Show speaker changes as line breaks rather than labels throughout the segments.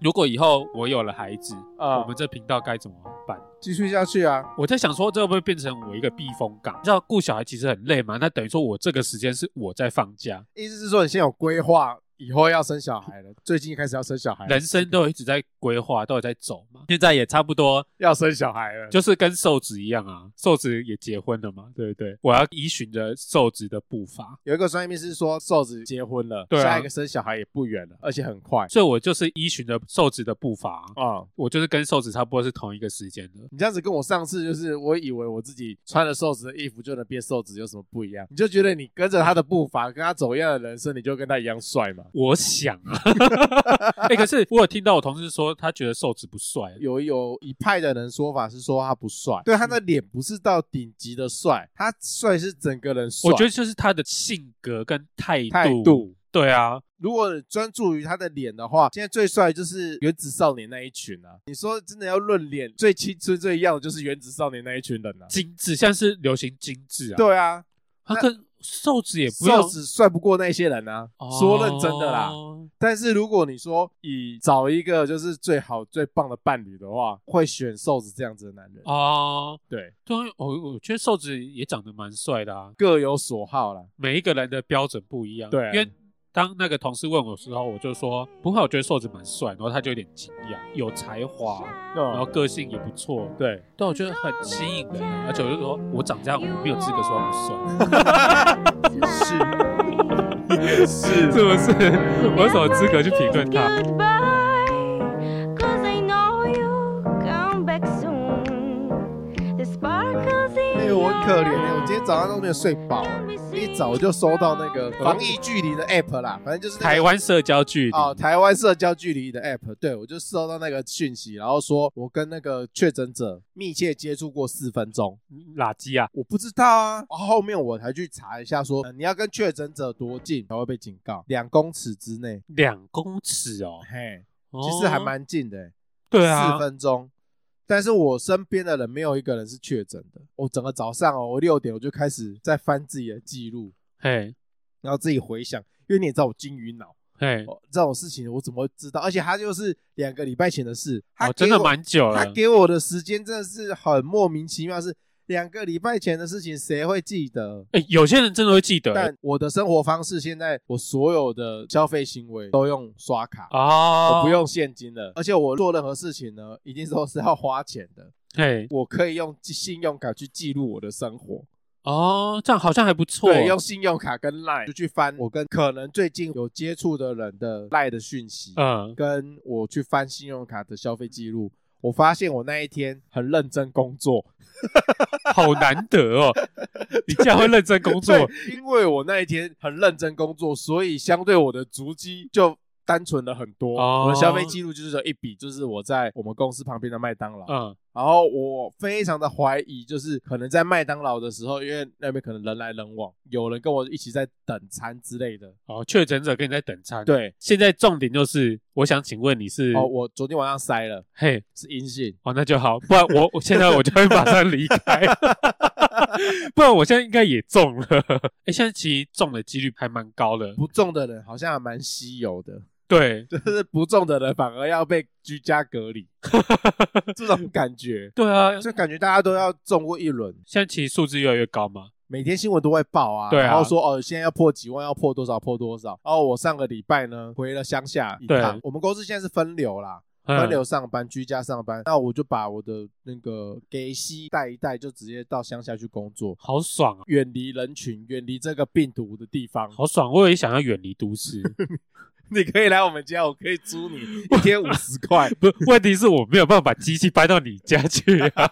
如果以后我有了孩子，
啊
我们这频道该怎么办？
继续下去啊，
我在想说，这会不会变成我一个避风港？你知道顾小孩其实很累嘛，那等于说我这个时间是我在放假，
意思是说你先有规划，以后要生小孩了， 最近开始要生小孩了，
人生都有一直在规划，都有在走嘛。现在也差不多，
要生小孩了，
就是跟瘦子一样啊，瘦子也结婚了嘛，对不对？我要依循着瘦子的步伐，
有一个专业面试说瘦子结婚了，
对啊
下一个生小孩也不远了，而且很快
所以我就是依循着瘦子的步伐啊、
啊、
我就是跟瘦子差不多是同一个时间的。
你这样子跟我上次就是，我以为我自己穿了瘦子的衣服就能变瘦子，有什么不一样？你就觉得你跟着他的步伐，跟他走一样的人生，你就跟他一样帅嘛？
我想啊，哎、可是我有听到我同事说，他觉得瘦子不帅，
有有一派的人说法是说他不帅，对他的脸不是到顶级的帅，他帅是整个人帅。
我觉得就是他的性格跟态度。
态度
对啊，
如果专注于他的脸的话，现在最帅就是原子少年那一群啊。你说真的要论脸，最青春最样的就是原子少年那一群人 啊。
精致，现在是流行精致啊。，
对啊，
他跟瘦子也不要
瘦子帅不过那些人啊，说认真的啦。
哦
但是如果你说以找一个就是最好最棒的伴侣的话，会选瘦子这样子的男人。
哦，
对，
对，我我觉得瘦子也长得蛮帅的啊。
各有所好啦。
每一个人的标准不一样，
对
因为。当那个同事问我的时候，我就说不会，我觉得瘦子蛮帅，然后他就有点惊讶，有才华，然后
嗯，
个性也不错，
对，啊
对，我觉得很吸引人，而且我就说我长这样，我没有资格说他不帅，
是
是
是
不是？我有什么资格去评论他？
Goodbye, 'cause I know you'll come back soon. The sparkles in
哎、呦，我
your
很可怜哎、我今天早上都没有睡饱、哎一早就收到那个防疫距离的 app 啦，反正就是那个
嗯台湾社交距离，
哦，台湾社交距离的 app，对我就收到那个讯息，然后说我跟那个确诊者密切接触过四分钟，
垃圾啊！
我不知道啊。后面我才去查一下说，呃你要跟确诊者多近才会被警告，两公尺之内。
两公尺哦，
嘿，
哦
其实还蛮近的、欸，
对
四
啊，
分钟。但是我身边的人没有一个人是确诊的。我整个早上哦，我六点我就开始在翻自己的记录，
嘿，
然后自己回想，因为你也知道我金鱼脑、
嘿，
哦这种事情，我怎么会知道？而且他就是两个礼拜前的事，他
哦，真的
给我
蛮久了
他，给我的时间真的是很莫名其妙，是两个礼拜前的事情，谁会记得？
哎，有些人真的会记得
但我的生活方式，现在我所有的消费行为都用刷卡，
哦，
我不，用现金了。而且我做任何事情呢，一定都是要花钱的。
嘿，
我可以用信用卡去记录我的生活，
哦，这样好像还不错，
对，用信用卡跟 Line 就去翻我跟可能最近有接触的人的 Line 的讯息，
嗯，
跟我去翻信用卡的消费记录。我发现我那一天很认真工作，
好难得哦，你这样会认真工作，
对，因为我那一天很认真工作，所以相对我的足迹就单纯了很多。
哦
我的消费记录就是有一笔，就是我在我们公司旁边的麦当劳，
嗯，
然后我非常的怀疑，就是可能在麦当劳的时候，因为那边可能人来人往，有人跟我一起在等餐之类的。
哦，确诊者跟你在等餐，，
对，
现在重点就是，我想请问你是，
哦，我昨天晚上塞了，
嘿，
是阴性。
哦，那就好，不然我我现在我就会马上离开， 不然我现在应该也中了。哎、现在其实中的几率还蛮高的，
不中的人好像还蛮稀有的，
对
就是不中的人反而要被居家隔 离，这种感觉，
对啊，
就感觉大家都要中过一轮。
现在其实数字越来越高嘛。
每天新闻都会报啊，
对啊
然后说哦，现在要破几万，要破多少，破多少。然后我上个礼拜呢回了乡下一趟
对，
我们公司现在是分流啦，
嗯
分流上班，居家上班。那我就把我的那个给息带一带，就直接到乡下去工作，
好爽啊，
远离人群，远离这个病毒的地方。
好爽！我也想要远离都市，
你可以来我们家，我可以租你一天五十 块。
不，问题是我没有办法把机器搬到你家去、啊，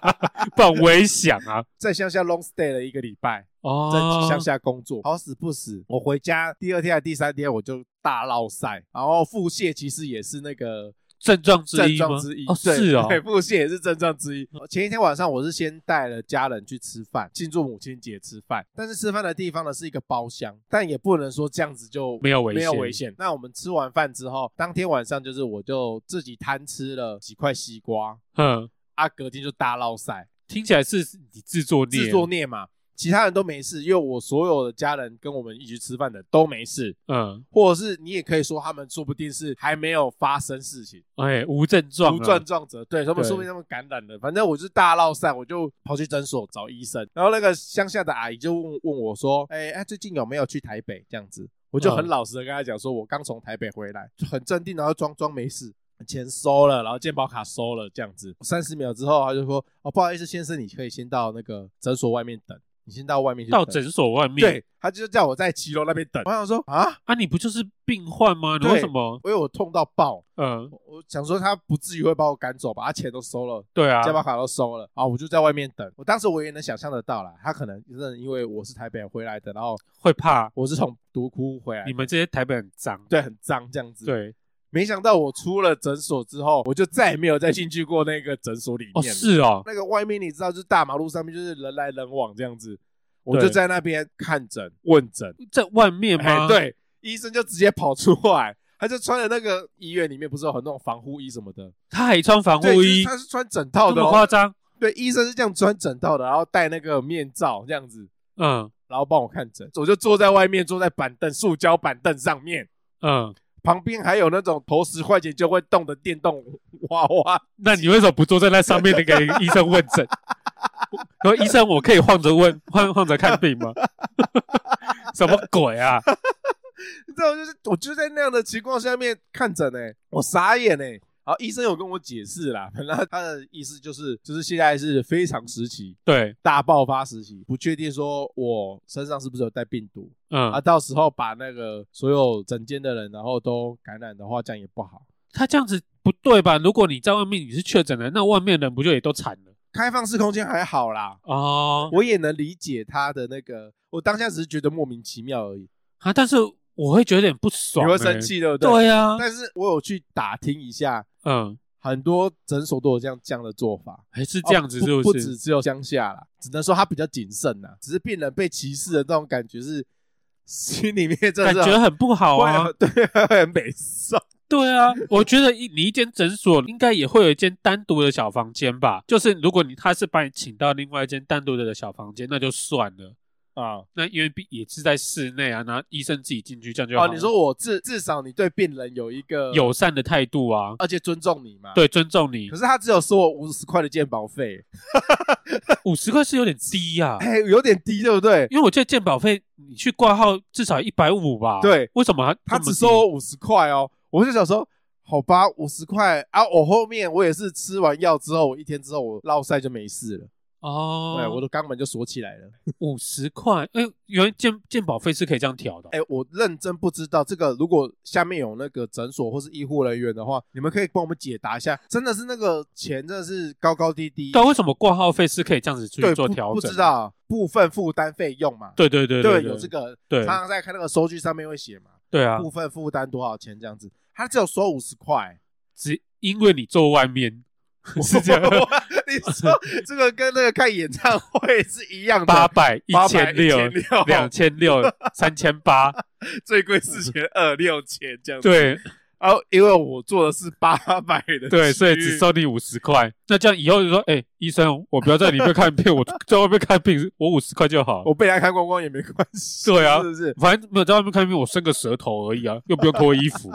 不然我也想啊。
在乡下 long stay 了一个礼拜，在
哦，
乡下工作，好死不死，我回家第二天、第三天我就大落晒，然后腹泻其实也是那个。
症状之
症
一
状
吗？
之一，
哦，
对
是哦，
对，腹泻也是症状之一。前一天晚上我是先带了家人去吃饭，庆祝母亲节吃饭，但是吃饭的地方呢是一个包厢，但也不能说这样子就
没有危
没有
险
危险。那我们吃完饭之后，当天晚上就是我就自己贪吃了几块西瓜，
嗯，
啊，隔天就大落塞，
听起来是你自作孽，啊
自作孽嘛。其他人都没事，因为我所有的家人跟我们一起吃饭的都没事，
嗯，
或者是你也可以说他们说不定是还没有发生事情，
哎，无症状，
无症，状者，对他们
对
说不定他们感染了。反正我就是大闹散，我就跑去诊所找医生。然后那个乡下的阿姨就问问我说：“哎、哎，最近有没有去台北？”这样子，我就很
嗯
老实的跟他讲说，我刚从台北回来，就很镇定，然后装装没事。钱收了，然后健保卡收了，这样子。三十秒之后，他就说：“哦，不好意思，先生，你可以先到那个诊所外面等，你先到外面去
到
等
诊所外面，
对，他就叫我在骑楼那边等。我想说啊，
啊，你不就是病患吗？你
对
为什么？
因为我痛到爆，
嗯，
我我想说他不至于会把我赶走吧？他钱都收了，
对啊，
健保卡都收了啊，我就在外面等。我当时我也能想象得到啦，他可能真的因为我是台北回来的，然后
会怕
我是从独窟回来
你，们这些台北很脏，
对，很脏这样子。，
对，
没想到我出了诊所之后，我就再也没有再进去过那个诊所里
哦，
面了。
是哦，
那个外面你知道，就是大马路上面就是人来人往这样子，我就
对
在那边看诊、问诊。
在外面
哎、
吗？，
对，医生就直接跑出来，他就穿着那个医院里面不是有很那种防护衣什么的，
他还穿防
对，
护
就是
衣，
他是穿整套
这
的、
么夸
哦，
张？
对，医生是这样穿整套的，然后戴那个面罩这样子，
嗯
然后帮我看诊，我就坐在外面，坐在板凳塑胶板凳上面，
嗯，
旁边还有那种投十块钱就会动的电动娃娃，
那你为什么不坐在那上面那个医生问诊？ 然后医生，我可以晃着问，晃晃着看病吗？ 什么鬼啊？
你知道，就是我就在那样的情况下面看诊呢、欸我傻眼呢、然后医生有跟我解释啦， 本来他的意思就是，就是现在是非常时期，
对，
大爆发时期，不确定说我身上是不是有带病毒、
嗯
啊，，到时候把那个所有整间的人，然后都感染的话，这样也不好。
他这样子不对吧？如果你在外面你是确诊的，那外面人不就也都惨了？
开放式空间还好啦，
哦，
我也能理解他的那个，我当下只是觉得莫名其妙而已。
啊，但是我会觉得有点不爽、
你
欸，
会生？气对不对？
对啊，
但是我有去打听一下，
嗯，
很多诊所都有这样这样的做法。
还是这样子，
哦
是
不不
是？
止只有乡下啦，只能说他比较谨慎啦。只是病人被歧视的这种感觉是，心里面真的
感
是
觉很不好
会
啊
很，对，会很美受。
对啊， 我觉得一你一间诊所应该也会有一间单独的小房间吧，就是如果你他是把你请到另外一间单独的小房间，那就算了，
啊、
那因为毕也是在室内啊，那医生自己进去这样就好
哦，
了。
你说我至至少你对病人有一个，
友善的态度啊，
而且尊重你 嘛。。
对，尊重你
可，是他只有收我五十块的健保费，
五十块是有点低啊。
哎，有点低，对不对？
因为我记得健保费你去挂号至少一百五吧？
对，
为什么
他
这么
只
低
收我五十块哦，我就想说，好吧，五十块啊，我后面我也是吃完药之后，我一天之后我落腮就没事了，
哦？
对，我的肛门就锁起来了。
五十块，哎，原来健健保费是可以这样调的哦。
哎，我认真不知道这个，如果下面有那个诊所或是医护人员的话，你们可以帮我们解答一下，真的是那个钱真的是高高低低，
但为什么挂号费是可以这样子去
对，
做
不
调整？
不知。道部分负担费用嘛？
对对对
对，
对，
有这个，
对
常常在看那个收据上面会写嘛，
对啊，
部分负担多少钱这样子，他只有收五十块，
只因为你坐外 面 是这样，
你说这个跟那个看演唱会是一样的，
八百、一
八百
千六、
1600
两千六、三千八，
最贵四千二六千这样子。，
对
然后因为我做的是八百的区域，
对，所以只收你五十块。那这样以后就说，哎、医生，我不要在里面看 病，我在外面看病，我五十块就好。
我被人家看光光也没关系，
对啊
是不是？
反正没有在外面看病，我伸个舌头而已啊，又不用脱衣 服。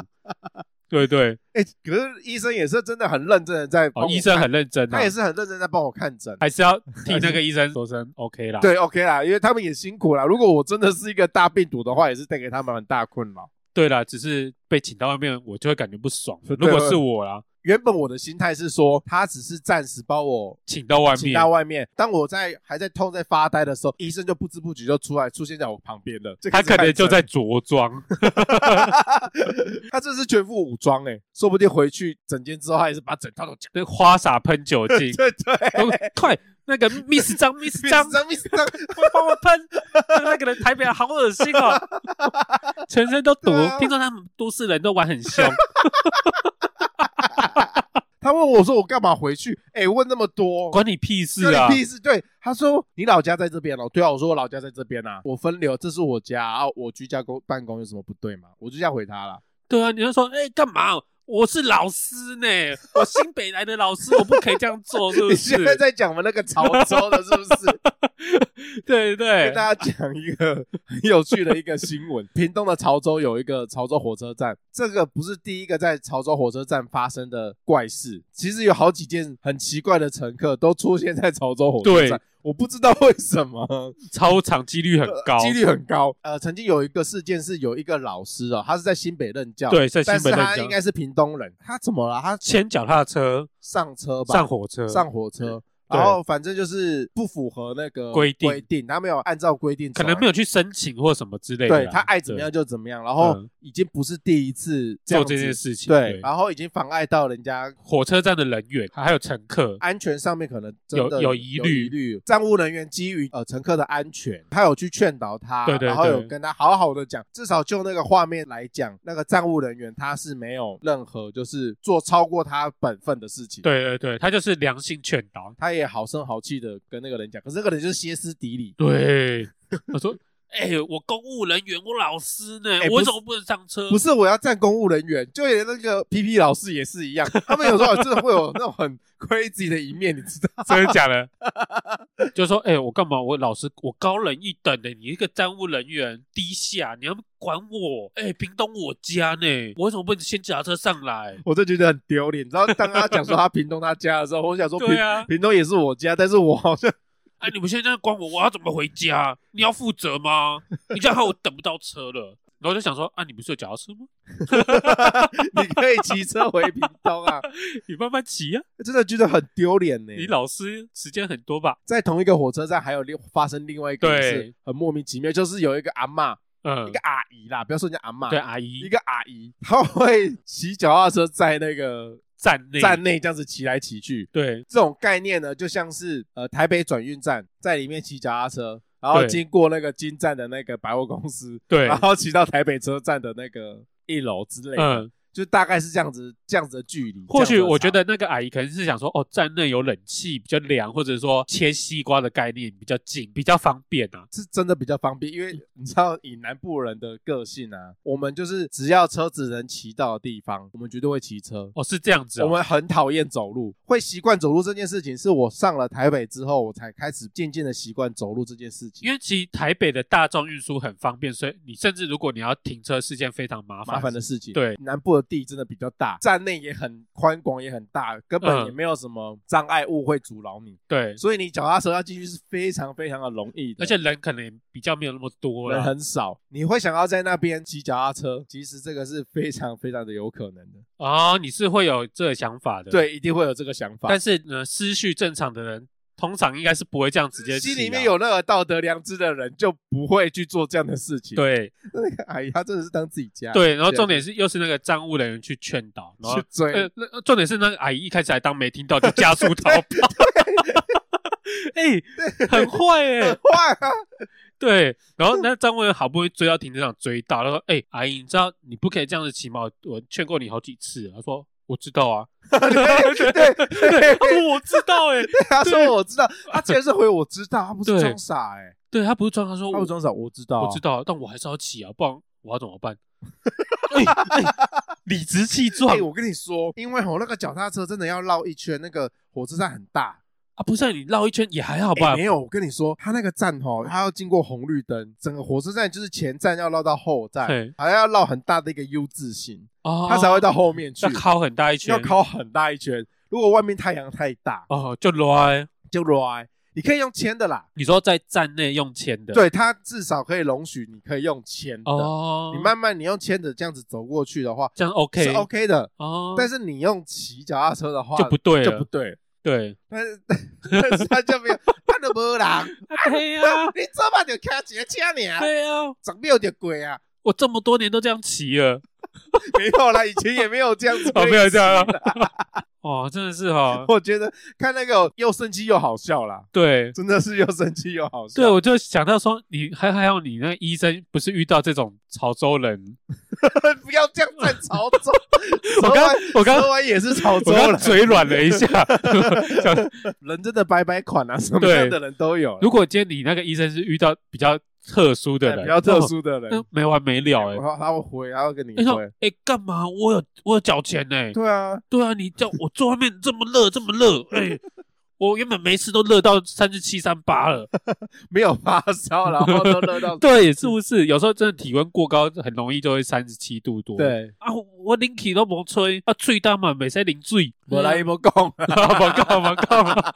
对对，
哎，可是医生也是真的很认真的在
哦，
帮我看，
医生很认真啊
他也，是很认真在帮我看诊。
还是要替那个医生说声 OK 啦。
对，OK 啦，因为他们也辛苦啦。如果我真的是一个大病毒的话，也是带给他们很大困扰。
对啦，只是被请到外面，我就会感觉不爽。
对啊
如果是我啦，
原本我的心态是说，他只是暂时帮我
请到外
请
面，
到外面。当我在还在痛在发呆的时候，医生就不知不觉就出来，出现在我旁边了。这个
他
是
可能就在
看
着装。
诊，他这是全副武装哎、说不定回去整间之后，他也是 把整套都讲。
那花洒喷 酒精，
对对，
哦快那个 Miss 张 Miss
密
张，
张密张，
帮我喷，那个人台北人好恶心哦， 全身都毒
对啊。
听说他们都市人都玩很凶，
他问我说我干嘛回去？哎、问那么多，
关你屁事
那
啊
你！屁事！对，他说你老家在这边哦。对啊，我说我老家在这边啊，我分流，这是我家啊，我居家公办公有什么不对吗？我就这样回他啦。
对啊，你就说哎干嘛？我是老师呢，我新北来的老师，我不可以这样做，是不
你现在
是？
在讲我们那个潮州的，是不是？
对对
跟，大家讲一个很有趣的一个新闻：屏东的潮州有一个潮州火车站，这个不是第一个在潮州火车站发生的怪事。其实有好几件很奇怪的乘客都出现在潮州火车站，我不知道为什么，
超场几率很高，
几率很高。呃，曾经有一个事件是有一个老师哦，他是在新北任教，
对，在新
但是
北
他
认
应
真。
该是屏东人，他怎么了？他
牵脚踏车
上车吧，
上火车，
上火车。
对
然后反正就是不符合那个
规定
规定他没有按照规定
可
走啊，
能没有去申请或什么之类的啦。
对他爱怎么样就怎么样，然后
嗯
已经不是第一次
对做
样
这件
子，
事情，
对，然后已经妨碍到人家
火车站的人员还有乘客，
安全上面可能真
有
的
有
有
疑虑
虑，站务人员基于呃乘客的安全，他有去劝导他，
对对
然后有
对
跟他好好的讲，至少就那个画面来讲，那个站务人员他是没有任何就是做超过他本分的事情，，
对对对，他就是良性劝导。
他也好声好气的跟那个人讲，可是那个人就是歇斯底里，
对，我说， 哎、我公务人员，我老师呢，
哎
我为
不是
什么不能上车？
不是我要站公务人员，就连那个皮皮老师也是 一样，他们有时候真的会有那种很 crazy 的一面，你知道？
真的假的？ 就说，哎、我干嘛？我老师，我高人一等的，你一个站务人员低下，你要管我？哎、屏东我家呢，我为什么不能先脚踏车上来？
我就觉得很丢脸。你知道，当他讲说他屏东他家的时候，我想说屏、
对啊，
屏东也是我家，但是我好像
哎、你们现在管我，我要怎么回家？你要负责吗？你这样害我等不到车了。然后我就想说，啊，你不是有脚踏车吗？
你可以骑车回屏东啊，
你慢慢骑啊，
真的觉得很丢脸呢。
你老师时间很多吧？
在同一个火车站还有另发生另外一个也
对
是很莫名其妙，就是有一个阿嬷，
嗯
一个，阿姨啦，不要说人家阿嬷，
对，阿
一
姨
个阿姨，她会骑脚踏车在那个
站内
站内这样子骑来骑去。
对
这种概念呢，就像是呃台北转运站在里面骑脚踏车，然后
对
经过那个金站的那个百货公司，
对
然，后骑到台北车站的那个一楼之类的，
嗯，
就大概是这样子这样子的距离。
或许
这样子的啊
我觉
差
得那个阿姨可能是想说，哦，站内有冷气比较凉，或者说切西瓜的概念比较近，比较方便啊。
是真的比较方便，因
嗯
为你知道以南部人的个性啊，我们就是只要车子能骑到的地方，我们绝对会骑车。
哦，是这样子
我
哦，
们很讨厌走路，会习惯走路这件事情，是我上了台北之后，我才开始渐渐的习惯走路这件事情。
因为其实台北的大众运输很方便，所以你甚至如果你要停车是件非常麻烦
麻烦的事情。
对
南部的地真的比较大，站内也很宽广，也很大，根本也
嗯
没有什么障碍物会阻挠你，
对，
所以你脚踏车要进去是非常非常的容易的，
而且啊人可能也比较没有那么多
人
了。
很少，你会想要在那边骑脚踏车，其实这个是非常非常的有可能的，
哦，你是会有这个想法的，。
对，一定会有这个想法。
但是呢，思绪正常的人，通常应该是不会这样直接骑啊、
心里面有那个道德良知的人，就不会去做这样的事情。，
对
那个阿姨她啊真的是当自己家，，
对，然后
对
重点是又是那个站务人员去劝导，然后
去追。
呃，那呃重点是那个阿姨一开始还当没听到，就加速逃跑。哎、很坏哎、
哇、啊！
对，然后那张文好不容易追到停车场，追到，他说：“哎、阿姨，你知道你不可以这样子骑吗？我我劝过你好几次。”他说：“我知道啊。
对对
对，他说：“我知道哎、
他说我知道，他竟然是回我知道，他不是
对
装傻哎、
对他不是装，他说
他
我
不装傻，我知道啊，
我知道，但我还是要骑啊，不然我要怎么 办？哎哎理直气壮、
哎、我跟你说，因为我那个脚踏车真的要绕一圈，那个火车站很大。
啊！不是啊、你绕一圈也还好
哎、
吧？
没有，我跟你说，它那个站吼，它要经过红绿灯，整个火车站就是前站要绕到后
嘿
站，还要绕很大的一个 U 字形，
哦，
它才会到后面去，
要靠很大一圈，
要靠很大一圈。如果外面太阳太大，
哦，就乱。
就来，你可以用签的啦。
你说在站内用签的，
对，它至少可以容许你可以用签的。
哦，
你慢慢你用签的这样子走过去的话
这样 OK
是 OK 的，
哦，
但是你用骑脚踏车的话
就不对
就不
了，
对。
对，
但是 但是他就没有，他都无人，
对哎呀，
你早晚就开一个车呢，
对呀，
十秒就过啊，
我这么多年都这样骑了，，
没有啦，以前也没有这样子，
哦，没有这样哦，真的是哈，
我觉得看那个又生气又好笑啦，
对。
真的是又生气又好笑。
对，我就想到说，你还还有你那个医生不是遇到这种潮州人？
不要这样在潮州，
我刚我刚
昨晚也是潮州
我刚
人，
嘴软了一 下。想
人真的白白款啊，什么
对
样的人都有。
如果今天你那个医生是遇到比较特殊的
哎
人，
比较特殊的人
那，没完没了哎、
然后他会回，他会跟你
哎、说
回，
哎干嘛？我有我有缴钱呢、
对啊，
对啊，你叫我坐外面这么热，这么热，哎、我原本每次都热到三十七、三八了。
没有发烧，然后都 热到
对，是不是？有时候真的体温过高，很容易就会三十七度多。
对，
啊，我我连气都没吹，啊，吹到嘛，没使淋水。啊
我来一波讲，
报告报 告。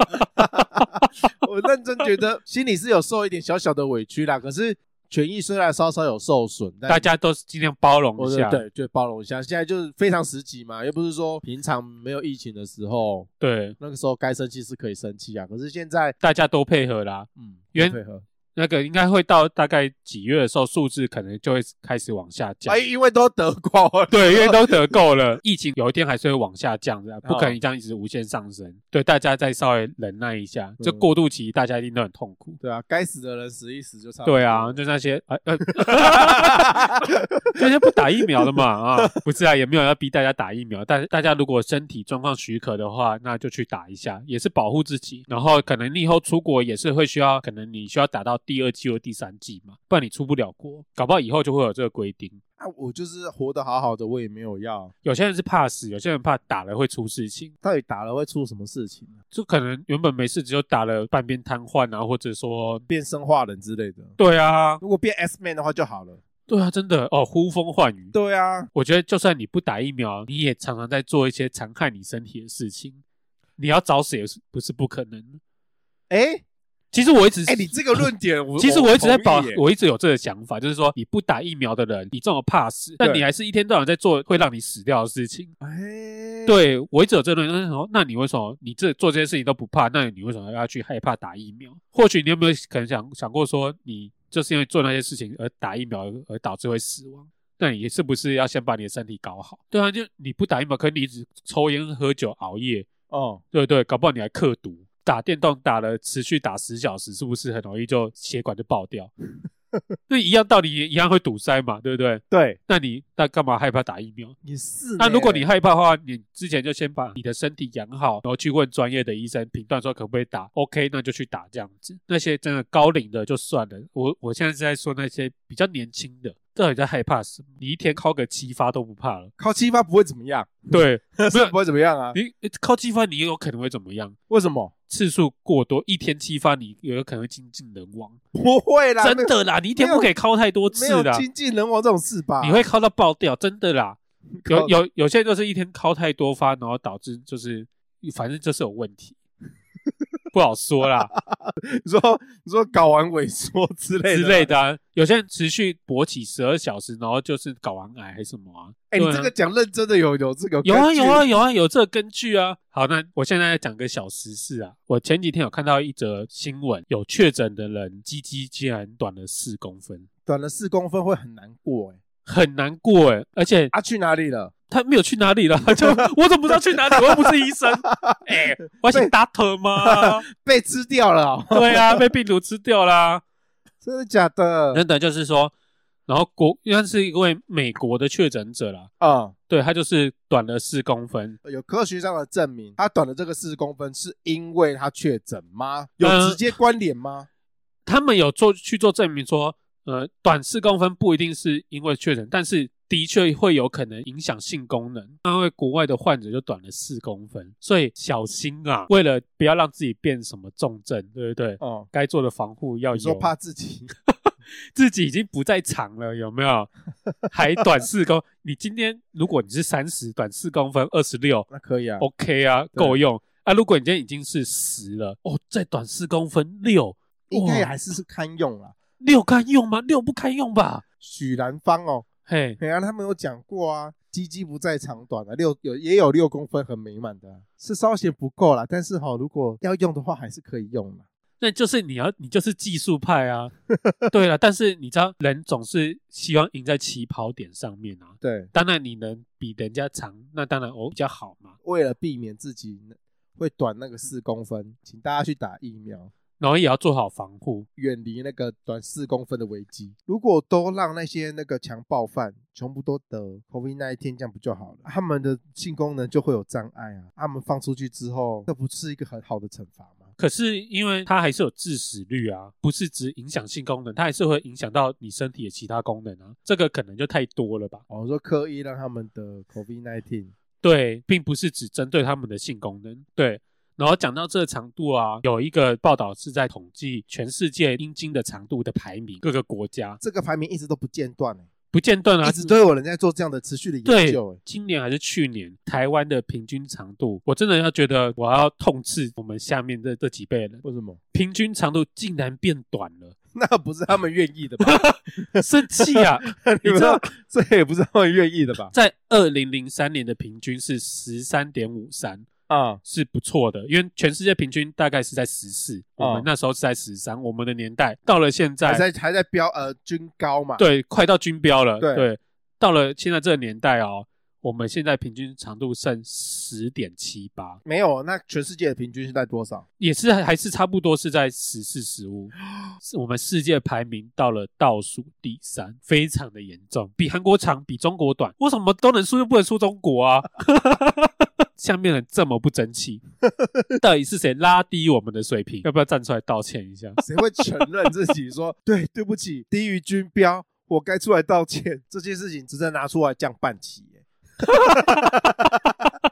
我认真觉得心里是有受一点小小的委屈啦，可是权益虽然稍稍有受损，但
大家都是尽量包容
我
一
觉
下。
得对就包容一下。现在就是非常时期嘛，又不是说平常没有疫情的时候，
对
那个时候该生气是可以生气啊，可是现在
大家都配合啦。
嗯，
原
配合，
那个应该会到大概几月的时候，数字可能就会开始往下降
哎，。因为都得过，
对，因为都得够了， 疫情有一天还是会往下降的，不可能这样一直无限上升。对，大家再稍微忍耐一下，这
嗯
过渡期大家一定都很痛苦。
对啊，该死的人死一死就差不多
对啊，
了，
就那些 呃呃，这些不打疫苗的嘛 啊，不是啊，也没有要逼大家打疫苗，但是大家如果身体状况许可的话，那就去打一下，也是保护自己。然后可能你以后出国也是会需要，可能你需要打到第二季或第三季嘛，不然你出不了国，搞不好以后就会有这个规定。
啊，我就是活得好好的，我也没有要。
有些人是怕死，有些人怕打了会出事情，
到底打了会出什么事情？啊
就可能原本没事，只有打了半边瘫痪啊，或者说，
变生化人之类的。
对啊，
如果变 S man 的话就好了。
对啊，真的哦，呼风唤雨。
对啊，
我觉得就算你不打疫苗，你也常常在做一些残害你身体的事情，你要找死也是不是不可能？
哎、
其实我一直，
哎、你这个论点 我，
其实我一直在保
同意耶，
我一直有这个想法，就是说你不打疫苗的人，你这么怕死，但
对
你还是一天到晚在做会让你死掉的事情。
哎、
对我一直有这个论点，就是说那你为什么你这做这些事情都不怕？那你为什么要去害怕打疫苗？或许你有没有可能想想过说，你就是因为做那些事情而打疫苗而导致会死亡？那你是不是要先把你的身体搞好？对啊，就你不打疫苗，可是你一直抽烟、喝酒、熬夜，
哦，
对不对？搞不好你还克毒，打电动打了持续打十小时，是不是很容易就血管就爆掉？那一样道理，一样会堵塞嘛，对不对？
对，
那你那干嘛害怕打疫苗？
也是呢。
那如果你害怕的话，你之前就先把你的身体养好，然后去问专业的医生评断说可不可以打，OK，那就去打这样子。那些真的高龄的就算了，我我现在是在说那些比较年轻的，到底在害怕什么？你一天靠个七发都不怕了，
靠七发不会怎么样，
对， 没
是
有
不会怎么样啊？
你你靠七发，你也有可能会怎么样？
为什么？
次数过多，一天七发，你也有可能会精尽人亡。
不会啦，
真
没有
的啦，你一天不可以靠太多
没
次
有
啦，
经济人亡这种事吧？
你会靠到爆掉，真的啦。有
靠
有有些人就是一天敲太多发，然后导致就是反正就是有问题， 不好说 啦
你说你说搞完萎缩之类
之
的
类。的啊、有些人持续勃起十二小时，然后就是睾丸癌还是什么啊？
哎、
对
你
啊
这个讲认真的有有这个
有啊
根据
有啊有啊有这个根据啊。好，那我现在讲个小时事啊。我前几天有看到一则新闻，有确诊的人鸡鸡竟然短了四公分，
短了四公分会很难过哎、
很难过诶、而且
啊，去哪里了？
他没有去哪里了，就 我怎么不知道去哪里？我又不是医 生，哎、我是 doctor 吗？
被吃掉了 哦、
对啊，被病毒吃掉 啦。
真的假的？
等等，就是说，然后国因为是一位美国的确诊者啦，
啊、嗯。
对他就是短了四公分，
有科学上的证明，他短的这个四十公分是因为他确诊吗？有
嗯
直接关联吗？
他们有做去做证明说，呃，短四公分不一定是因为确诊，但是的确会有可能影响性功能。那位国外的患者就短了四公分，所以小心啊！为了不要让自己变什么重症，对不对？
哦、
该做的防护要
你说
哦有，
怕自己
自己已经不在场了，有没有？还短四公，你今天如果你是三十，短四公分，二十六，
那可以啊，
OK 啊，
对
够用啊。如果你今天已经是十了，哦，再短四公分六，
应该也
哇
还是是堪用啦。
六堪用吗？六不堪用吧？
许兰芳哦，
嘿，
美安他们有讲过啊，鸡鸡不在长短啊，六有也有六公分很美满的啊、是稍显不够啦，但是哈、如果要用的话还是可以用啦。
那就是你要，你就是技术派啊。 对了，但是你知道，人总是希望赢在起跑点上面啊。
对，
当然，你能比人家长，那当然我、比较好嘛。
为了避免自己会短那个四公分，请大家去打疫苗。
然后也要做好防护。
远离那个短四公分的危机。如果都让那些那个强暴犯全部都得 COVID 1 9这样不就好了？他们的性功能就会有障碍啊。他们放出去之后，这不是一个很好的惩罚吗？
可是因为它还是有致死率啊，不是只影响性功能，它还是会影响到你身体的其他功能啊。这个可能就太多了吧？
哦我说刻意让他们的 COVID nineteen
对，并不是只针对他们的性功能。对，然后讲到这个长度啊，有一个报道是在统计全世界阴茎的长度的排名，各个国家
这个排名一直都不间断、欸，
不间断啊，
一直都有人在做这样的持续的研
对
究、欸，，
今年还是去年，台湾的平均长度，我真的要觉得我要痛斥我们下面这这几辈人，
为什么？
平均长度竟然变短了，
那不是他们愿意的吧？
生气啊！ 你
你知
知
道
道，
这也不是他们愿意的吧？
在二零零三年的平均是十三点五三，
啊、
是不错的，因为全世界平均大概是在十四，我
哦
们那时候是在十三，我们的年代到了现在
还，在还在标呃均高嘛？，
对，快到均标了，
对
对，到了现在这个年代哦，我们现在平均长度剩十点七八，
没有，那全世界的平均是在多少？
也是还是差不多是在十四十五，
哦
是我们世界排名到了倒数第三，非常的严重，比韩国长，比中国短。为什么都能输又不能输中国啊？ 下面人这么不争气，到底是谁拉低我们的水平？要不要站出来道歉一下？
谁会承认自己说 对对不起，低于均标，我该出来道歉？ 这件事情值得拿出来降半旗耶、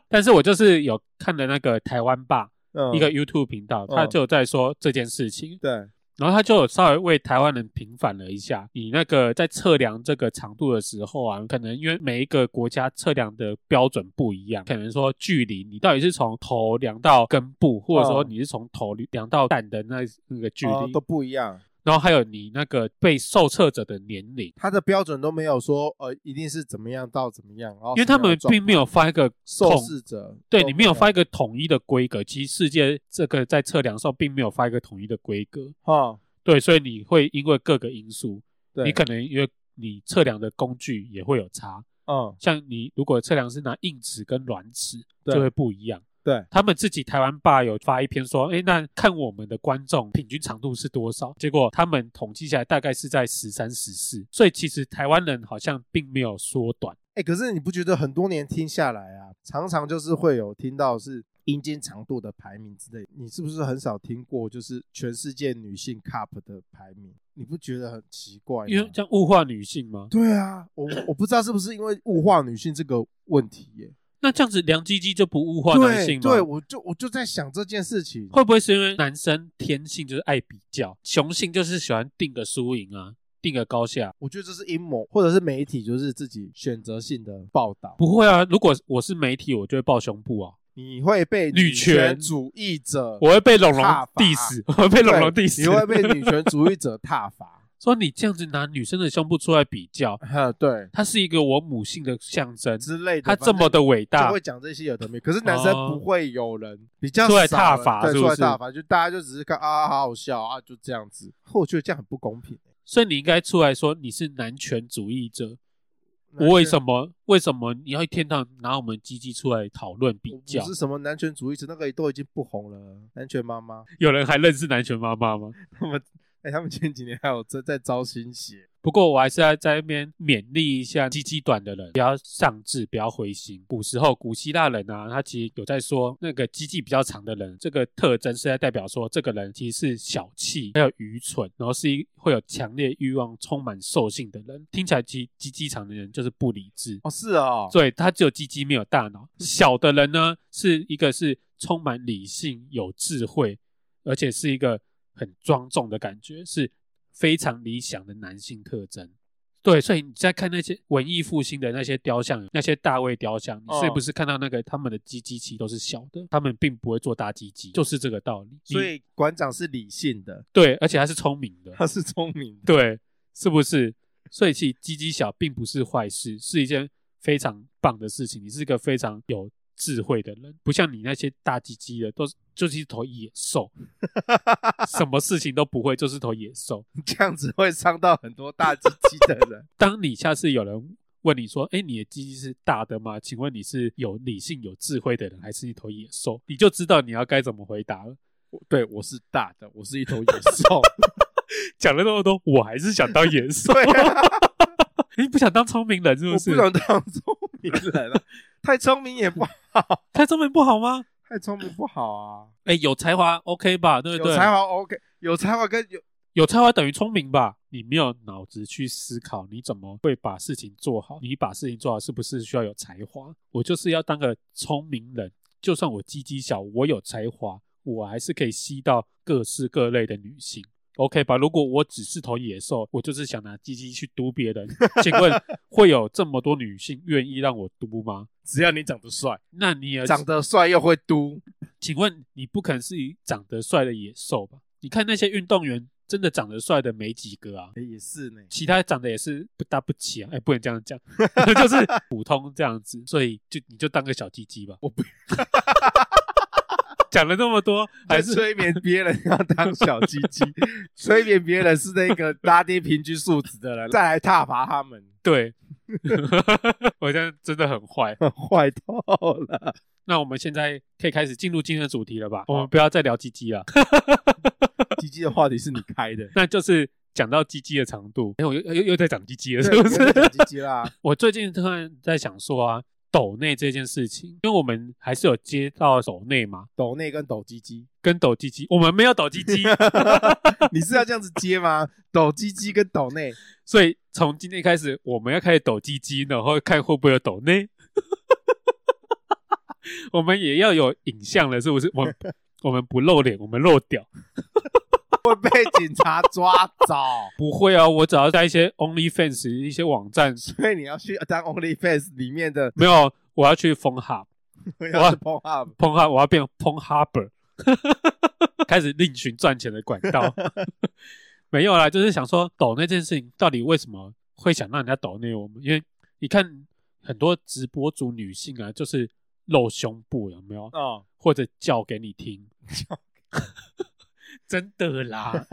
但是我就是有看了那个台湾吧、
嗯
一个 YouTube 频道，他
嗯
就有在说这件事情，
对，
然后他就有稍微为台湾人平反了一下，你那个在测量这个长度的时候啊，可能因为每一个国家测量的标准不一样，可能说距离你到底是从头量到根部，或者说
嗯
你是从头量到蛋的那那个距离，
哦都不一样，
然后还有你那个被受测者的年龄，
他的标准都没有说呃一定是怎么样到怎么样，然后
因为他们
什么样的
并没有发一个
状
统
哦受试者，
对你没有发一个统一的规格，其实世界这个在测量上并没有发一个统一的规格，
哈，
对，所以你会因为各个因素。
对，
你可能因为你测量的工具也会有差，
嗯
像你如果测量是拿硬尺跟软尺，
对
就会不一样。
对，
他们自己台湾爸有发一篇说，哎，那看我们的观众平均长度是多少？结果他们统计下来大概是在十三、十四，所以其实台湾人好像并没有缩短。
哎、可是你不觉得很多年听下来啊，常常就是会有听到是阴茎长度的排名之类，你是不是很少听过就是全世界女性 cup 的排名？你不觉得很奇怪吗？
因为这样物化女性吗？
对啊，我我不知道是不是因为物化女性这个问题耶、
那这样子梁鸡鸡就不物化男性
对
吗？
对，我就我就在想这件事情，
会不会是因为男生天性就是爱比较，雄性就是喜欢定个输赢啊，定个高下？
我觉得这是阴谋，或者是媒体就是自己选择性的报道，
不会啊，如果我是媒体，我就会抱胸部啊，
你会被
女
女权
权
主义者，
我会被龙龙
踏伐
diss，我 会被龙龙
对
diss，
你会被女权主义者挞伐。
说你这样子拿女生的胸部出来比较，
哈，对
它是一个我母性的象征，
之类的，
它这么
反正
的伟
就
大
会，讲这些有的没，可是男生
哦
不会有人比较
出来
少
挞
人
伐
对，
是不
出来
是
挞伐，就大家就只是看啊，好好笑啊，就这样子。我觉得这样很不公平。
所以你应该出来说你是男权主义者。
欸
我为什么为什么你要一天到晚拿我们鸡鸡出来讨论比
我
较
不？是什么男权主义者，那个都已经不红了。男权妈妈，
有人还认识男权妈妈吗？
他们哎、他们前几年还有在在招新鞋，
不过我还是要在那边勉励一下鸡鸡短的人，不要上志，不要灰心。古时候古希腊人啊，他其实有在说，那个鸡鸡比较长的人，这个特征是在代表说，这个人其实是小气，还有愚蠢，然后是一会有强烈欲望、充满兽性的人。听起来鸡鸡鸡长的人就是不理智，
哦，是哦，
所以他只有鸡鸡没有大
嗯
脑。小的人呢，是一个是充满理性、有智慧，而且是一个很庄重的感觉，是非常理想的男性特征。对，所以你在看那些文艺复兴的那些雕像，那些大卫雕像，你是
哦
不是看到那个他们的鸡鸡其实都是小的，他们并不会做大鸡鸡，就是这个道理。你
所以馆长是理性的，
对，而且他是聪明的，
他是聪明的。
对，是不是？所以其实鸡鸡小并不是坏事，是一件非常棒的事情。你是一个非常有智慧的人，不像你那些大鸡鸡的，都是就是一头野兽，什么事情都不会，就是头野兽。
这样子会伤到很多大鸡鸡的人。
当你下次有人问你说：“哎，你的鸡鸡是大的吗？”请问你是有理性、有智慧的人，还是一头野兽？你就知道你要该怎么回答了。
我 对，我是大的，我是一头野兽。
讲了那么多，我还是想当野兽。
对 啊。
你不想当聪明人是
我
是？
啊不想当聪明人了，太聪明也不好，
太聪明不好吗？
太聪明不好啊。
哎，有才华 OK 吧？对不对？
有才华 OK，有才华跟有
有才华等于聪明吧？你没有脑子去思考，你怎么会把事情做好？你把事情做好是不是需要有才华？我就是要当个聪明人，就算我鸡鸡小，我有才华，我还是可以吸到各式各类的女性。OK 吧？如果我只是头野兽，我就是想拿鸡鸡去嘟 别人，请问会有这么多女性愿意让我嘟吗？
只要你长得帅，
那你也
长得帅又会嘟，
请问你不可能是长得帅的野兽吧？你看那些运动员，真的长得帅的没几个 啊，
哎也是呢。
其他长得也是不搭不起啊。哎、不能这样 讲，就是普通这样子，所以就你就当个小鸡鸡吧。我不 讲了那么多，还
还
是
催眠别人要当小鸡 鸡，催眠别人是那个拉低平均素质的人，再来挞伐他们，
对， 我这样真的很坏。
坏透了。
那我们现在可以开始进入今天的主题了吧？我们不要再聊鸡鸡了。，
鸡鸡的话题是你开的
那就是讲到鸡鸡的长度，哎、我又又又在讲鸡鸡 了，
对
是不是
我？在讲鸡鸡啦？
我最近突然在想说啊，抖内这件事情，因为我们还是有接到抖内嘛，
抖内跟抖鸡 鸡，
跟抖鸡鸡，我们没有抖鸡鸡，
你是要这样子接吗？抖鸡鸡跟抖内，
所以从今天开始，我们要开始抖鸡鸡，然后看会不会有抖内。 我们也要有影像了，是不是？我们我们不露脸，我们露屌。
会被警察抓走，
不会啊，我只要在一些 OnlyFans 一些网站，
所以你要去当 OnlyFans 里面的，
没有，我要去封 hub。
要是 p o up，
碰哈，我要变碰哈 r 开始另寻赚钱的管道。 没有啦，就是想说抖那件事情到底为什么会想让人家抖内我们？因为你看很多直播主女性啊，就是露胸部有没有，
哦，
或者叫给你听， 真的啦，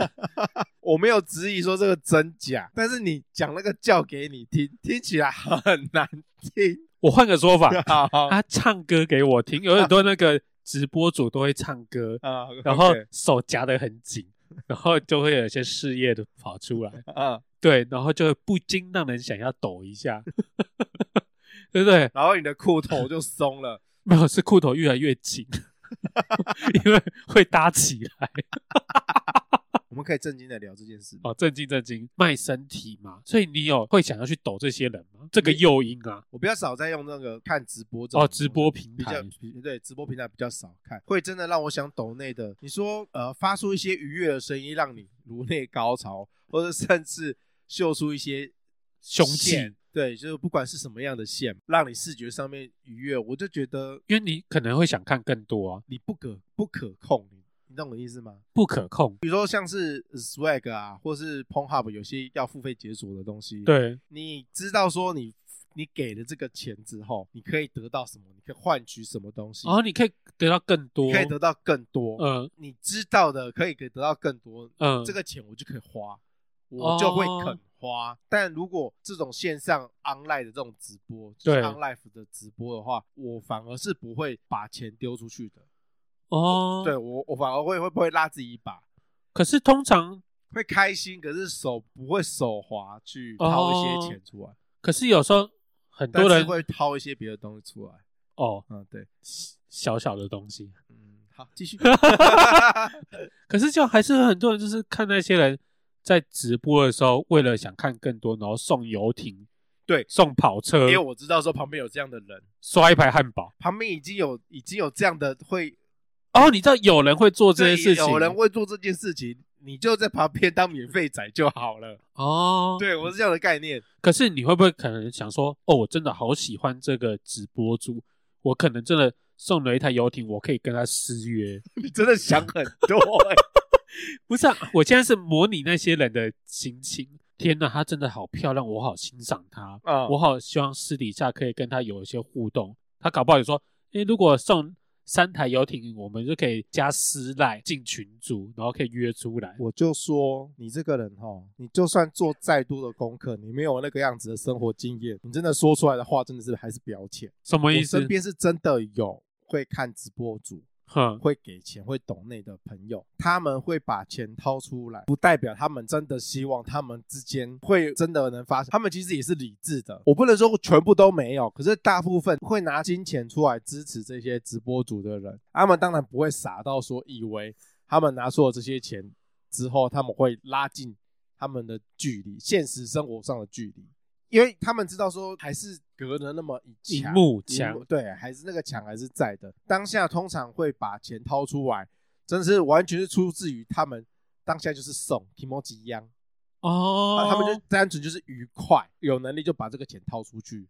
我没有质疑说这个真假，但是你讲那个叫给你听，听起来很难听。
我换个 说法，
好
她唱歌给我听，有很多那个直播主都会唱歌，
啊，
然 后
OK，
手夹得很紧，然后就会有一些事业的跑出来。
啊，
对，然后就会不禁让人想要抖一下， 对不对？
然后你的裤头就 松了，
没有，是裤头越来越紧， 因为会搭起来。
我们可以正经的聊这件事吗。
哦，震惊震惊，卖身体嘛，所以你有会想要去抖这些人吗？这个诱因啊，
我比较少在用那个看直播这种
哦，直播平
比较
台，
比对直播平台比较少看，会真的让我想抖内的。你说呃，发出一些愉悦的声音，让你颅内高潮，或者甚至秀出一些
凶器
线，对，就是不管是什么样的线，让你视觉上面愉悦，我就觉得
因为你可能会想看更多啊，
你不可不可控，你你懂我的意思吗？
不可控。
比如说像是 Swag 啊，或是 Pornhub 有些要付费解锁的东西，，
对，
你知道说你你给了这个钱之后，你可以得到什么，你可以换取什么东西，
哦，你可以得到更多，
你可以得到更多，
嗯
你知道的可以给得到更多，
嗯，哦
这个钱我就可以花，我就会肯花。但如果这种线上 online 的这种直播，就是
对
online 的直播的话，我反而是不会把钱丢出去的。
哦，
对。我，我反而会会不会拉自己一把，
可是通常，
会开心，可是手不会手滑去掏一些钱出来，
可是有时候很
但
哦多
是
人
会掏一些别的东西出来。
哦，
嗯，对，
小小的东西，
嗯，好，继续。
可是就还是很多人就是看那些人在直播的时候，为了想看更多，然后送游艇，
对
送跑车
因，为我知道说旁边有这样的人，
刷一排汉堡。
旁边已经有已经有这样的会
哦，你知道有人会做这些事情，
对有人会做这件事情，你就在旁边当免费仔就好了。
哦。
对我是这样的概念，
可是你会不会可能想说，哦，我真的好喜欢这个直播主，我可能真的送了一台游艇，我可以跟他私 约。
你真的想很 多、欸。
不是啊，我现在是模拟那些人的心情。天呐，她真的好漂亮，我好欣赏她，
嗯
我好希望私底下可以跟她有一些互动。她搞不好也说，诶，如果送三台游艇，我们就可以加私赖进群组，然后可以约出来。
我就说你这个人哈，你就算做再多的功课，你没有那个样子的生活经验，你真的说出来的话真的是还是表浅。
什么
我
意思
身？边是真的有会看直播主，
哼，
会给钱、会懂内的朋友，他们会把钱掏出来，不代表他们真的希望他们之间会真的能发生。他们其实也是理智的，我不能说全部都没有，可是大部分会拿金钱出来支持这些直播主的人，他们当然不会傻到说以为他们拿出了这些钱之后，他们会拉近他们的距离，现实生活上的距离。因为他们知道说还是隔了那么一
荧
墙，
幕
荧
墙
幕对，还是那个墙还是在的。当下通常会把钱掏出来，真的是完全是出自于他们当下就是送 i m o j i 一样，
哦
啊，他们就单纯就是愉快，有能力就把这个钱掏出去，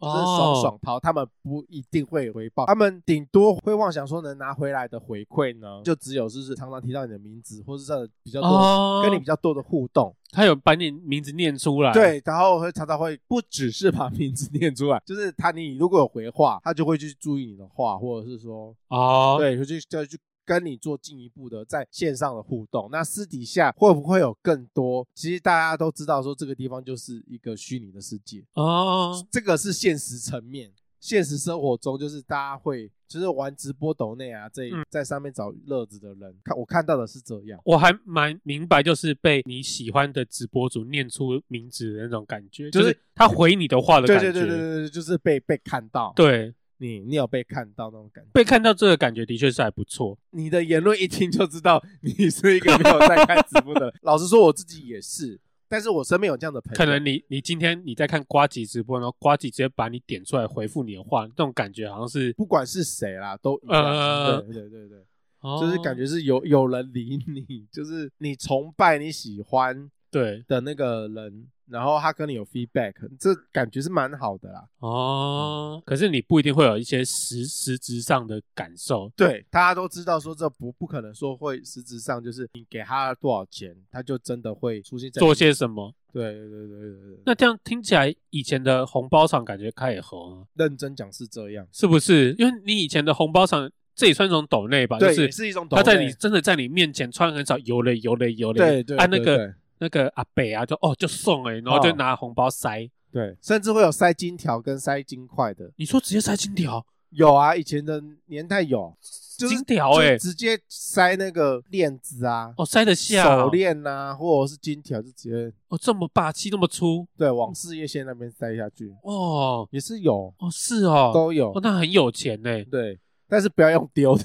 就是爽
哦
爽掏，他们不一定会有回报，他们顶多会妄想说能拿回来的回馈呢，就只有就是常常提到你的名字，或是这比较多、
哦，
跟你比较多的互动。
他有把你名字念出来，，
对，然后会常常会不只是把名字念出来，就是他你如果有回话，他就会去注意你的话，或者是说，
哦，，
对，就去就去跟你做进一步的在线上的互动。那私底下会不会有更多？其实大家都知道说这个地方就是一个虚拟的世界，
哦，
这个是现实层面。现实生活中，就是大家会就是玩直播抖内啊，这一
嗯
在上面找乐子的人，看我看到的是这样。
我还蛮明白，就是被你喜欢的直播主念出名字的那种感觉，
就是
就是他回你的话的
对
感
对
觉，
对对对对，就是被被看到，
对
你你有被看到那种感觉。
被看到这个感觉的确是还不错，
你的言论一听就知道你是一个没有在看直播 的人。老实说，我自己也是，但是我身边有这样的朋友，
可能你你今天你在看瓜吉直播，然后瓜吉直接把你点出来回复你的话，那种感觉好像是，
不管是谁啦，都一样。
呃
对对对对，
哦
就是感觉是有有人理你，就是你崇拜、你喜欢
对
的那个人，然后他跟你有 feedback，这感觉是蛮好的啦。
哦，可是你不一定会有一些实实质上的感受，
对，大家都知道说这不不可能说会实质上就是你给他多少钱，他就真的会出现在你
做些什么。
对对对对对对。
那这样听起来，以前的红包厂感觉开始红啊，
认真讲是这样，
是不是？因为你以前的红包厂，这也算一种抖内啊吧，就
对，
是
也是一种
他在
抖内
你真的在你面前穿很少，有嘞有嘞有嘞，
对对
按、那
对
个
对
那个阿北啊，就哦就送哎、然后就拿红包塞，
对，甚至会有塞金条跟塞金块的，
你说直接塞金条，
有啊，以前的年代有，就是
金条欸
就直接塞那个链子啊，
哦塞得下哦、
手链啊，或者是金条，就直接
哦这么霸气这么粗
对往事业线那边塞下去，
哦
也是有，
哦是哦，
都有
哦，那很有钱 呢、
对，但是不要用丢的，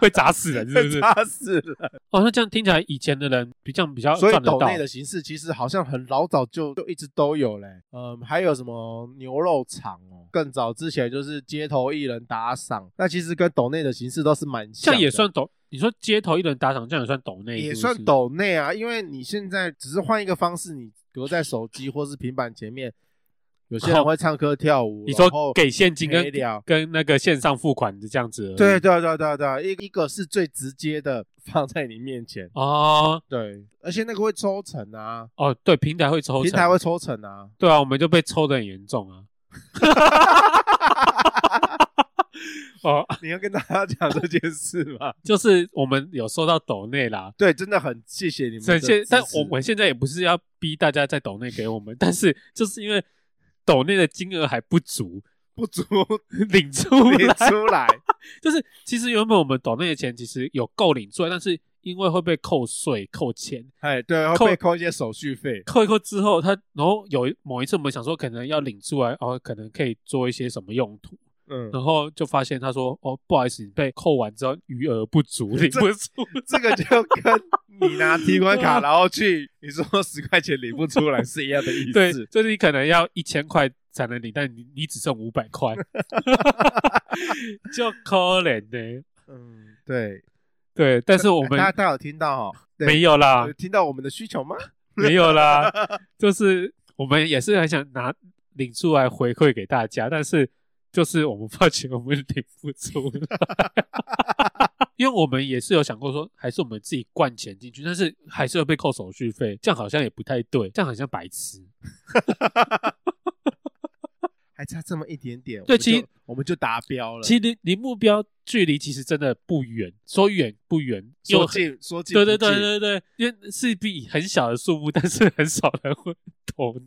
会砸死人 是不是？
扎死了。
哦那这样听起来以前的人比较比较
所以
赚得
岛
到
内的形式其实好像很老早就就一直都有嘞，嗯，还有什么牛肉厂哦，更早之前就是街头艺人打赏，那其实跟岛内的形式都是蛮
这
像
样也
的。
算抖，你说街头一人打赏这样也算抖内是
也
不是，
算抖内啊，因为你现在只是换一个方式，你隔在手机或是平板前面，有些人会唱歌跳舞，
哦你说
然后
给现金跟
陪聊
跟那个线上付款的这样子而已，
对对对对对，一一个是最直接的放在你面前，
哦
对，而且那个会抽成啊，
哦对，平台会抽
平
成
台会抽成啊，
对啊，我们就被抽的很严重啊。 哦，
你要跟大家讲这件事吗？
就是我们有收到抖内啦，
对，真的很谢谢你们
所
的
以
支
现
持。
但我们现在也不是要逼大家在抖内给我们，但是就是因为抖内的金额还不足，
不足
领 出
列
来
出来，
就是其实原本我们抖内的钱其实有够领出来，但是因为会被扣税扣钱，
哎，对，会
扣
被扣一些手续费，
扣一扣之后，他然后有一某一次我们想说可能要领出来，哦，可能可以做一些什么用途，
嗯，
然后就发现他说：“哦，不好意思，你被扣完之后余额不 足，领不出。
这个就跟你拿提款卡然后去，你说十块钱领不出来是一样的意”思。
对，就是你可能要一千块才能领，但你你只剩五百 块，就可怜呢、
嗯，对。
对，但是我们
大家大家有听到哈？对
没有啊啦
有，听到我们的需求吗？
没有啦，就是我们也是很想拿领出来回馈给大家，但是就是我们发觉我们领不出来 因为我们也是有想过说，还是我们自己灌钱进去，但是还是会被扣手续费，这样好像也不太对，这样好像白痴。
还差这么一点点，
对
我们就
其实
我们就达标了。
其实离离目标距离其实真的不远，说远不远，
说
又
近说近，
对对对
不近，
对对，因为是笔 很小的数目，但是很少人会懂。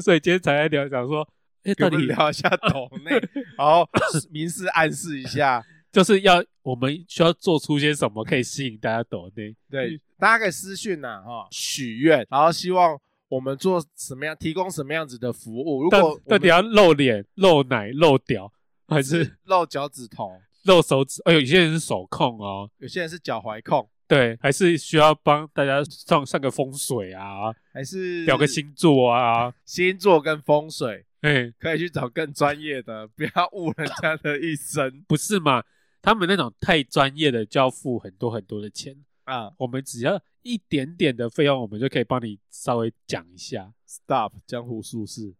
所以今天才来聊，讲说，哎，
给
到
我们
底
聊一下抖内， 然后明示暗示一下，
就是要我们需要做出些什么可以吸引大家抖内？
对，大家可以私讯呐、哈，许愿，然后希望我们做什么样，提供什么样子的服务。如
到
果
到底
要
要露脸、露奶、露屌，还是
露脚趾头，
露手指？哎呦，有些人是手控哦，
有些人是脚踝控，
对，还是需要帮大家上上个风水啊，
还是
聊个星座啊，
星座跟风水，
哎，
可以去找更专业的， 不要误人家的一生
不是嘛？他们那种太专业的，就要付很多很多的钱。
啊。
我们只要一点点的费用，我们就可以帮你稍微讲一下。
Stop 江湖 术士，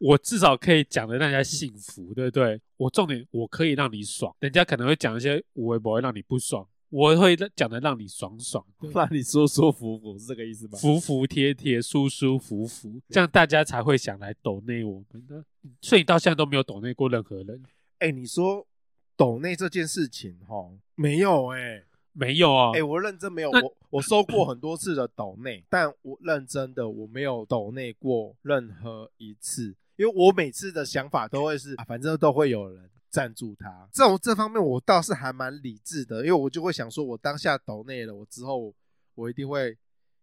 我至少可以讲的让人家幸福，对不对？我重点我可以让你爽，人家可能会讲一些无为不会让你不爽，我会讲的让你爽爽的，
让你舒舒服服是这个意思吗？
服服帖帖，舒舒服服，这样大家才会想来抖内我们的。所以你到现在都没有抖内过任何人，
哎、你说抖内这件事情，哈，没有哎、
没有啊、
哎、我认真没有，
那
我我收过很多次的抖内，但我认真的我没有抖内过任何一次，因为我每次的想法都会是，啊、反正都会有人赞助他。这种这方面我倒是还蛮理智的，因为我就会想说，我当下抖内了，我之后我一定会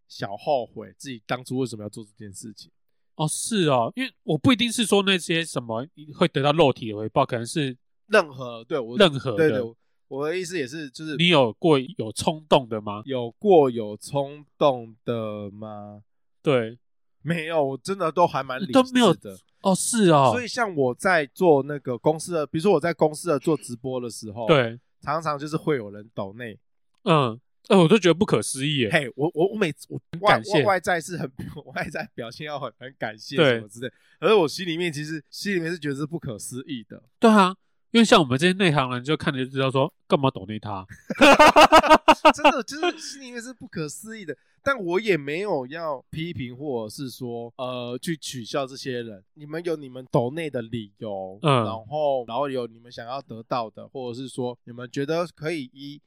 小后悔自己当初为什么要做这件事情。
哦，是哦，因为我不一定是说那些什么会得到肉体的回报，可能是
任何对我
任何
对
的。
对，我的意思也是，就是
你有过有冲动的吗？
有过有冲动的吗？
对，
没有，我真的都还蛮理
都没有
智的。
哦，是哦，
所以像我在做那个公司的，比如说我在公司的做直播的时候，，
对，
常常就是会有人抖内，
嗯，哎、我都觉得不可思议耶。
嘿，我我我每次我外
感谢
外外在是很 我外在表现要很很感谢
对
什么之类，而我心里面其实心里面是觉得是不可思议的。
对啊，因为像我们这些内行人，就看着就知道说干嘛抖内他，
真的就是心里面是不可思议的。但我也没有要批评或者是说呃去取笑这些人，你们有你们抖内的理由，
嗯
然后然后有你们想要得到的，或者是说你们觉得可以以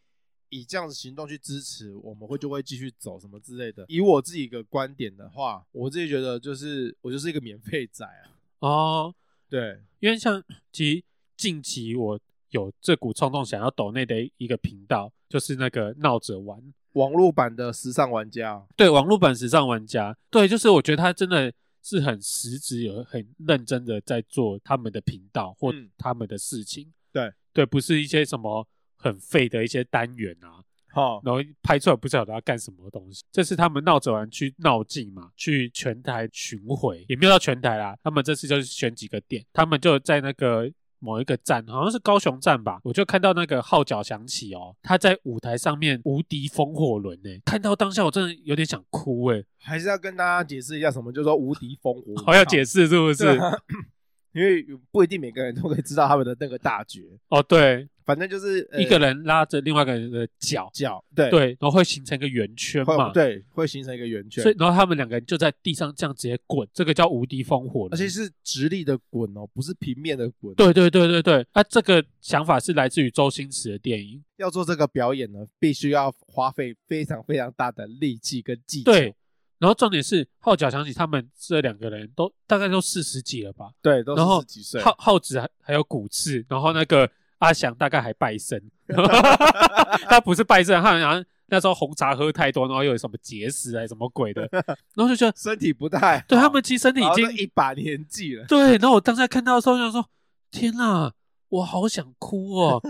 以这样的行动去支持，我们会就会继续走什么之类的。以我自己的观点的话，我自己觉得就是我就是一个免费仔啊，
哦，
对，
因为像其实近期我有这股冲动想要抖内的一个频道，就是那个闹着玩，
网络版的时尚玩家，啊
对，网络版时尚玩家，对，就是我觉得他真的。是很实质有很认真的在做他们的频道或
嗯
他们的事情，
对
对，不是一些什么很废的一些单元啊，
哈，
然后拍出来不晓得要干什么东西。这次他们闹着玩去闹境嘛，去全台巡回，也没有到全台啦，他们这次就是选几个点，他们就在那个。某一个站好像是高雄站吧，我就看到那个号角响起哦，他在舞台上面无敌风火轮呢、看到当下我真的有点想哭诶、
还是要跟大家解释一下什么叫做无敌烽火舞蹈，
好要解释是不是
对？啊 因为不一定每个人都可以知道他们的那个大绝，
哦，对，
反正就是、呃
一个人拉着另外一个人的脚，
脚，对
对，然后会形成一个圆圈嘛
会，对会形成一个圆圈
所，以然后他们两个人就在地上这样直接滚，这个叫无敌风火轮，
而且是直立的滚哦，不是平面的滚。，
对对对对对，啊，这个想法是来自于周星驰的电影。
要做这个表演呢，必须要花费非常非常大的力气跟技巧，
对，然后重点是号角响起，他们这两个人都大概都四十几了吧？
对，都
然后
是十几岁，
浩浩子还还有骨刺，然后那个阿翔大概还拜 神，他不是拜神，他好像那时候红茶喝太多，然后又有什么结石啊还是什么鬼 的，然后就觉得
身体不太好，
对他们其实身体
然
已
后
经
都一把年纪了，
对，然后我当下看到的时候就想说：“天呐，我好想哭 哦！”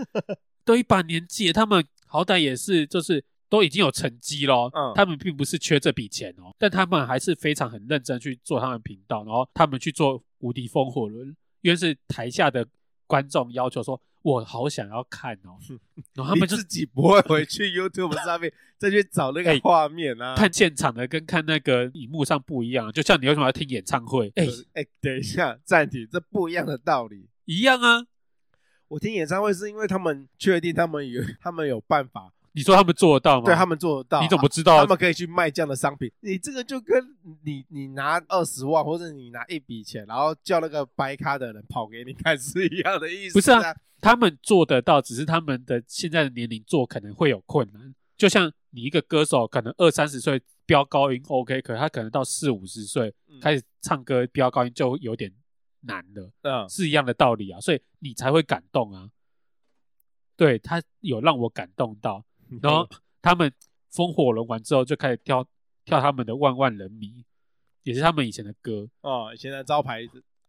都一把年纪了，他们好歹也是就是都已经有成绩咯，
嗯
他们并不是缺这笔钱哦，但他们还是非常很认真去做他们频道，然后他们去做无敌风火轮，因为是台下的观众要求说：“我好想要看哦。” 然后他
你
们就
自己不会回去 YouTube 上面再去找那个
哎
画面啊。
看现场的跟看那个荧幕上不一样，啊就像你为什么要听演唱会？哎
就，是哎，等一下，暂停，这不一样的道理。
一样啊！
我听演唱会是因为他们确定他们有他们有办法，
你说他们做得到吗？
对他们做得到。
哦你怎么
啊
知道？
他们可以去卖这样的商品？你这个就跟你你拿二十万或者你拿一笔钱，然后叫那个白咖的人跑给你看 是一样的意思。
不是
啊
啊，他们做得到，只是他们的现在的年龄做可能会有困难。就像你一个歌手，可能二三十岁飙高音 OK，可是他可能到四五十岁
嗯
开始唱歌飙高音就有点难了，
嗯，
是一样的道理啊，所以你才会感动啊。对他有让我感动到，然后他们风火轮完之后就开始跳跳他们的万万人迷，也是他们以前的歌，
哦，现在招牌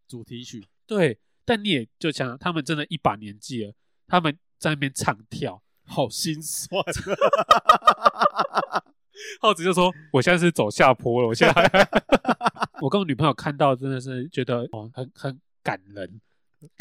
主题曲，
对，但你也就想想，他们真的一把年纪了，他们在那边唱跳，
好心酸啊，
浩子就说：“我现在是走下坡了，我现在。”我跟我女朋友看到真的是觉得哦，很很感人，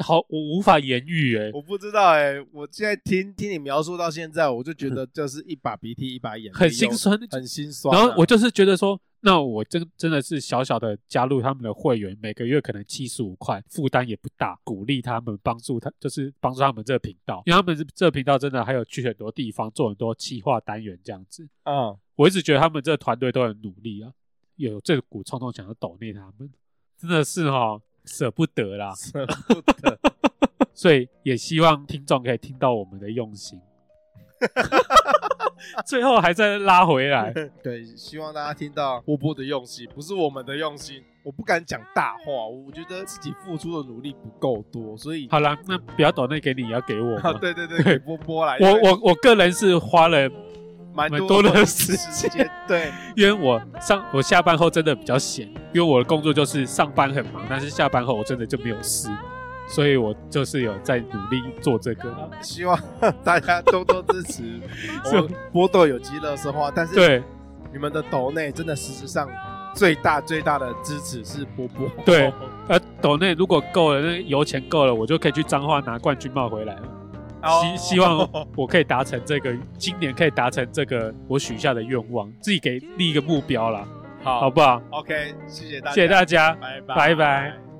好，我无法言喻哎，
我不知道哎、我现在听听你描述到现在，我就觉得就是一把鼻涕一把眼泪，
很心
有
酸。
很心酸啊、
然后我就是觉得说，那我真真的是小小的加入他们的会员，每个月可能七十五块，负担也不大，鼓励他们，帮助他，就是帮助他们这个频道，因为他们这个频道真的还有去很多地方做很多企划单元这样子。
嗯，
我一直觉得他们这个团队都很努力啊，有这股冲动想要抖内他们，真的是哈、哦、舍不得啦，
舍不得。
所以也希望听众可以听到我们的用心。最后还再拉回 来，
对，希望大家听到波波的用心，不是我们的用心。我不敢讲大话，我觉得自己付出的努力不够多，所以
好啦，那不要抖内给你，也要给我
啊，
嘛。
对对对，给波波来，
我我我个人是花了，
蛮
蛮多
多
的
时
时
间，对，
因为我上我下班后真的比较闲，因为我的工作就是上班很忙，但是下班后我真的就没有事，所以我就是有在努力做这个啦。
希望 大家多多支持
是
我波豆有机乐色话，但是
对，
你们的抖内真的实质上最大最大的支持是波波，
对呃，抖内如果够了，那油钱够了，我就可以去彰化拿冠军帽回来了。希希望我可以达成这个，今年可以达成这个我许下的愿望，自己给立一个目标啦，
好
好不好？
，OK，谢谢大家，
谢谢大家，
拜拜
拜拜